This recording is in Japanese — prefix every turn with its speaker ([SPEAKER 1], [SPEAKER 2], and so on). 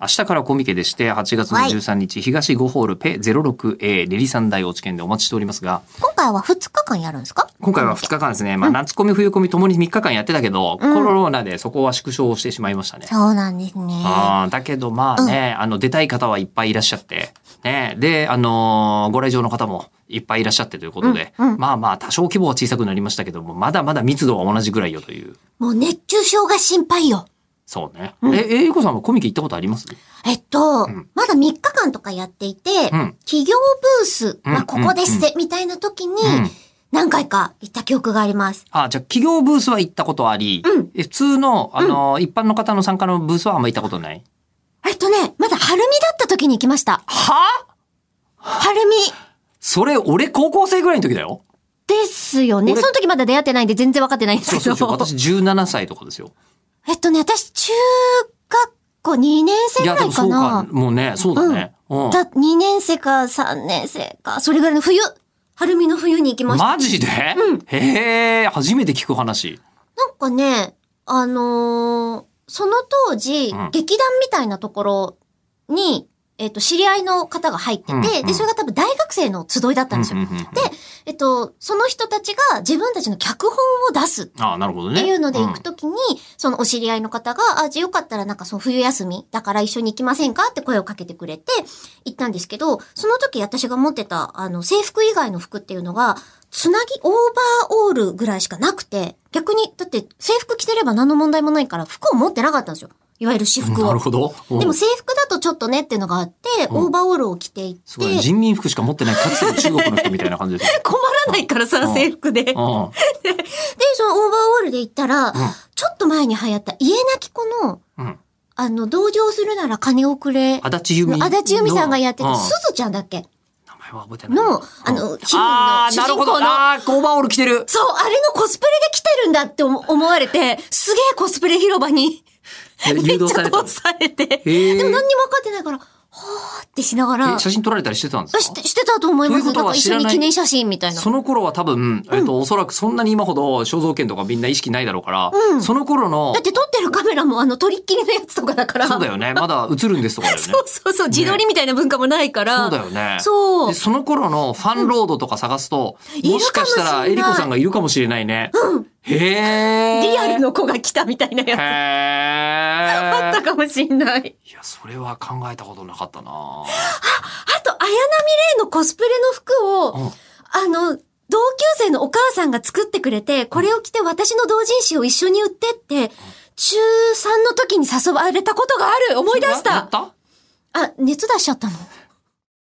[SPEAKER 1] 明日からコミケでして、8月の13日、東5ホールペ 06A レリサン大落研でお待ちしておりますが、
[SPEAKER 2] 今回は2日間やるんですか
[SPEAKER 1] 今回は2日間ですね、まあ、夏コミ、冬コミともに3日間やってたけど、
[SPEAKER 2] うん
[SPEAKER 1] コロナでそこは縮小してしまいましたね。
[SPEAKER 2] そうなんですね。
[SPEAKER 1] あーだけどまあね、あの出たい方はいっぱいいらっしゃって、ね、で、あのーご来場の方もいっぱいいらっしゃってということで、
[SPEAKER 2] うんうん
[SPEAKER 1] まあまあ多少規模は小さくなりましたけども、まだまだ密度は同じぐらいよという。
[SPEAKER 2] もう熱中症が心配よ。
[SPEAKER 1] そうね。
[SPEAKER 2] うん
[SPEAKER 1] え、えゆこさんもコミケ行ったことあります
[SPEAKER 2] えっと、
[SPEAKER 1] ん
[SPEAKER 2] まだ3日間とかやっていて、
[SPEAKER 1] うん
[SPEAKER 2] 企業ブース、
[SPEAKER 1] うん
[SPEAKER 2] まあ、ここですぜ、みたいな時に
[SPEAKER 1] ん、
[SPEAKER 2] 何回か行った記憶があります。
[SPEAKER 1] あ、じゃあ企業ブースは行ったことあり、
[SPEAKER 2] うん
[SPEAKER 1] え普通の、あのー一般の方の参加のブースはあんま行ったことない。
[SPEAKER 2] えっとね、まだ春美だった時に行きました。
[SPEAKER 1] は
[SPEAKER 2] 春美
[SPEAKER 1] それ、俺高校生ぐらいの時だよ。
[SPEAKER 2] ですよね。
[SPEAKER 1] 俺
[SPEAKER 2] その時まだ出会ってないんで全然分かってないんです
[SPEAKER 1] そう
[SPEAKER 2] け
[SPEAKER 1] そう
[SPEAKER 2] ど。
[SPEAKER 1] そう。私17歳とかですよ。
[SPEAKER 2] えっとね、私、中学校2年生
[SPEAKER 1] い
[SPEAKER 2] ぐ
[SPEAKER 1] や、
[SPEAKER 2] ら
[SPEAKER 1] で
[SPEAKER 2] い
[SPEAKER 1] も
[SPEAKER 2] か
[SPEAKER 1] そう
[SPEAKER 2] な
[SPEAKER 1] か。。もうね、そうだね。うん。
[SPEAKER 2] だ2年生か3年生か、それぐらいの冬、春美の冬に行きました。
[SPEAKER 1] マジで、へえ、初めて聞く話。
[SPEAKER 2] なんかね、あのーその当時、
[SPEAKER 1] うん
[SPEAKER 2] 劇団みたいなところに、えっ、と、知り合いの方が入ってて、
[SPEAKER 1] うんうん
[SPEAKER 2] で、それが多分大学生の集いだったんですよ。
[SPEAKER 1] うんうんうんうん
[SPEAKER 2] で、えっと、その人たちが自分たちの脚本を出す
[SPEAKER 1] ああ、なるほど
[SPEAKER 2] っ
[SPEAKER 1] ね。
[SPEAKER 2] ていうので行くときに、そのお知り合いの方が、あ、じゃあよかったらなんかその冬休みだから一緒に行きませんかって声をかけてくれて行ったんですけど、その時私が持ってたあの制服以外の服っていうのが、つなぎオーバーオールぐらいしかなくて、逆に、だって制服着てれば何の問題もないから服を持ってなかったんですよ。いわゆる私
[SPEAKER 1] うん
[SPEAKER 2] 服
[SPEAKER 1] なる
[SPEAKER 2] を。
[SPEAKER 1] ほど。うん
[SPEAKER 2] でも制服だとちょっとねっていうのがあって、
[SPEAKER 1] うん
[SPEAKER 2] オーバーオールを着ていて、
[SPEAKER 1] すごいね、
[SPEAKER 2] 困
[SPEAKER 1] 人民服しか持ってないかつての中国の人みたいな感じです。
[SPEAKER 2] らないから
[SPEAKER 1] う
[SPEAKER 2] さ、
[SPEAKER 1] ん
[SPEAKER 2] 制服で。で、
[SPEAKER 1] うん。うん。
[SPEAKER 2] そのオーバーオールで行ったら、ちょっと前に流行った家なき子の、
[SPEAKER 1] うん。
[SPEAKER 2] あの、同情するなら金をくれ。
[SPEAKER 1] 足立由美の。
[SPEAKER 2] 足立由美さんがやって
[SPEAKER 1] う
[SPEAKER 2] た、
[SPEAKER 1] ん
[SPEAKER 2] すずちゃんだっけ
[SPEAKER 1] 名前は覚えてない。
[SPEAKER 2] の
[SPEAKER 1] うん、
[SPEAKER 2] あの、ヒロイ
[SPEAKER 1] あ
[SPEAKER 2] ンの
[SPEAKER 1] あ、
[SPEAKER 2] 主
[SPEAKER 1] なる
[SPEAKER 2] 人
[SPEAKER 1] ほど。
[SPEAKER 2] 公の。
[SPEAKER 1] ああ、オーバーオール着てる。
[SPEAKER 2] そう、あれのコスプレで来てるんだって 思思われて、すげえコスプレ広場にめ
[SPEAKER 1] 誘
[SPEAKER 2] っち
[SPEAKER 1] 導さ
[SPEAKER 2] ゃ
[SPEAKER 1] れた
[SPEAKER 2] 通。されて。
[SPEAKER 1] へえ
[SPEAKER 2] でも何にも分かってないから、はーってしながら、
[SPEAKER 1] え
[SPEAKER 2] し
[SPEAKER 1] 写真撮られたりしてたんですか
[SPEAKER 2] てしてたと思いま
[SPEAKER 1] という
[SPEAKER 2] す。
[SPEAKER 1] こと
[SPEAKER 2] だ
[SPEAKER 1] は
[SPEAKER 2] から
[SPEAKER 1] 知
[SPEAKER 2] 一
[SPEAKER 1] らな
[SPEAKER 2] 緒
[SPEAKER 1] い
[SPEAKER 2] に記念写真みたいな。
[SPEAKER 1] その頃は多分、えっと、おそらくそんなに今ほど肖像権とかみんな意識ないだろうから、
[SPEAKER 2] うん
[SPEAKER 1] その頃の
[SPEAKER 2] だっ、て撮ってるカメラもあの、取りっきりのやつとかだから。
[SPEAKER 1] そうだよ ね。まだ映るんですとかだよね。
[SPEAKER 2] そうそうそう、自撮りみたいな文化もないから。
[SPEAKER 1] そうだよね。
[SPEAKER 2] そう
[SPEAKER 1] で、その頃のファンロードとか探すと、
[SPEAKER 2] うん
[SPEAKER 1] もしかしたら
[SPEAKER 2] い
[SPEAKER 1] エリ
[SPEAKER 2] るかも
[SPEAKER 1] コ
[SPEAKER 2] しんない
[SPEAKER 1] さんがいるかもしれないね。へえ。
[SPEAKER 2] リアル。の子が来たみたいなやつ。あっ
[SPEAKER 1] へ
[SPEAKER 2] た
[SPEAKER 1] え。
[SPEAKER 2] かもしんない。
[SPEAKER 1] いや、それは考えたことなかったな
[SPEAKER 2] あと、綾波レイのコスプレの服
[SPEAKER 1] うん
[SPEAKER 2] を、あの、同級生のお母さんが作ってくれて、これを着て私の同人誌を一緒に売ってって、中3の時に誘われたことがある思い出し
[SPEAKER 1] やったた
[SPEAKER 2] あ、熱出しちゃったの。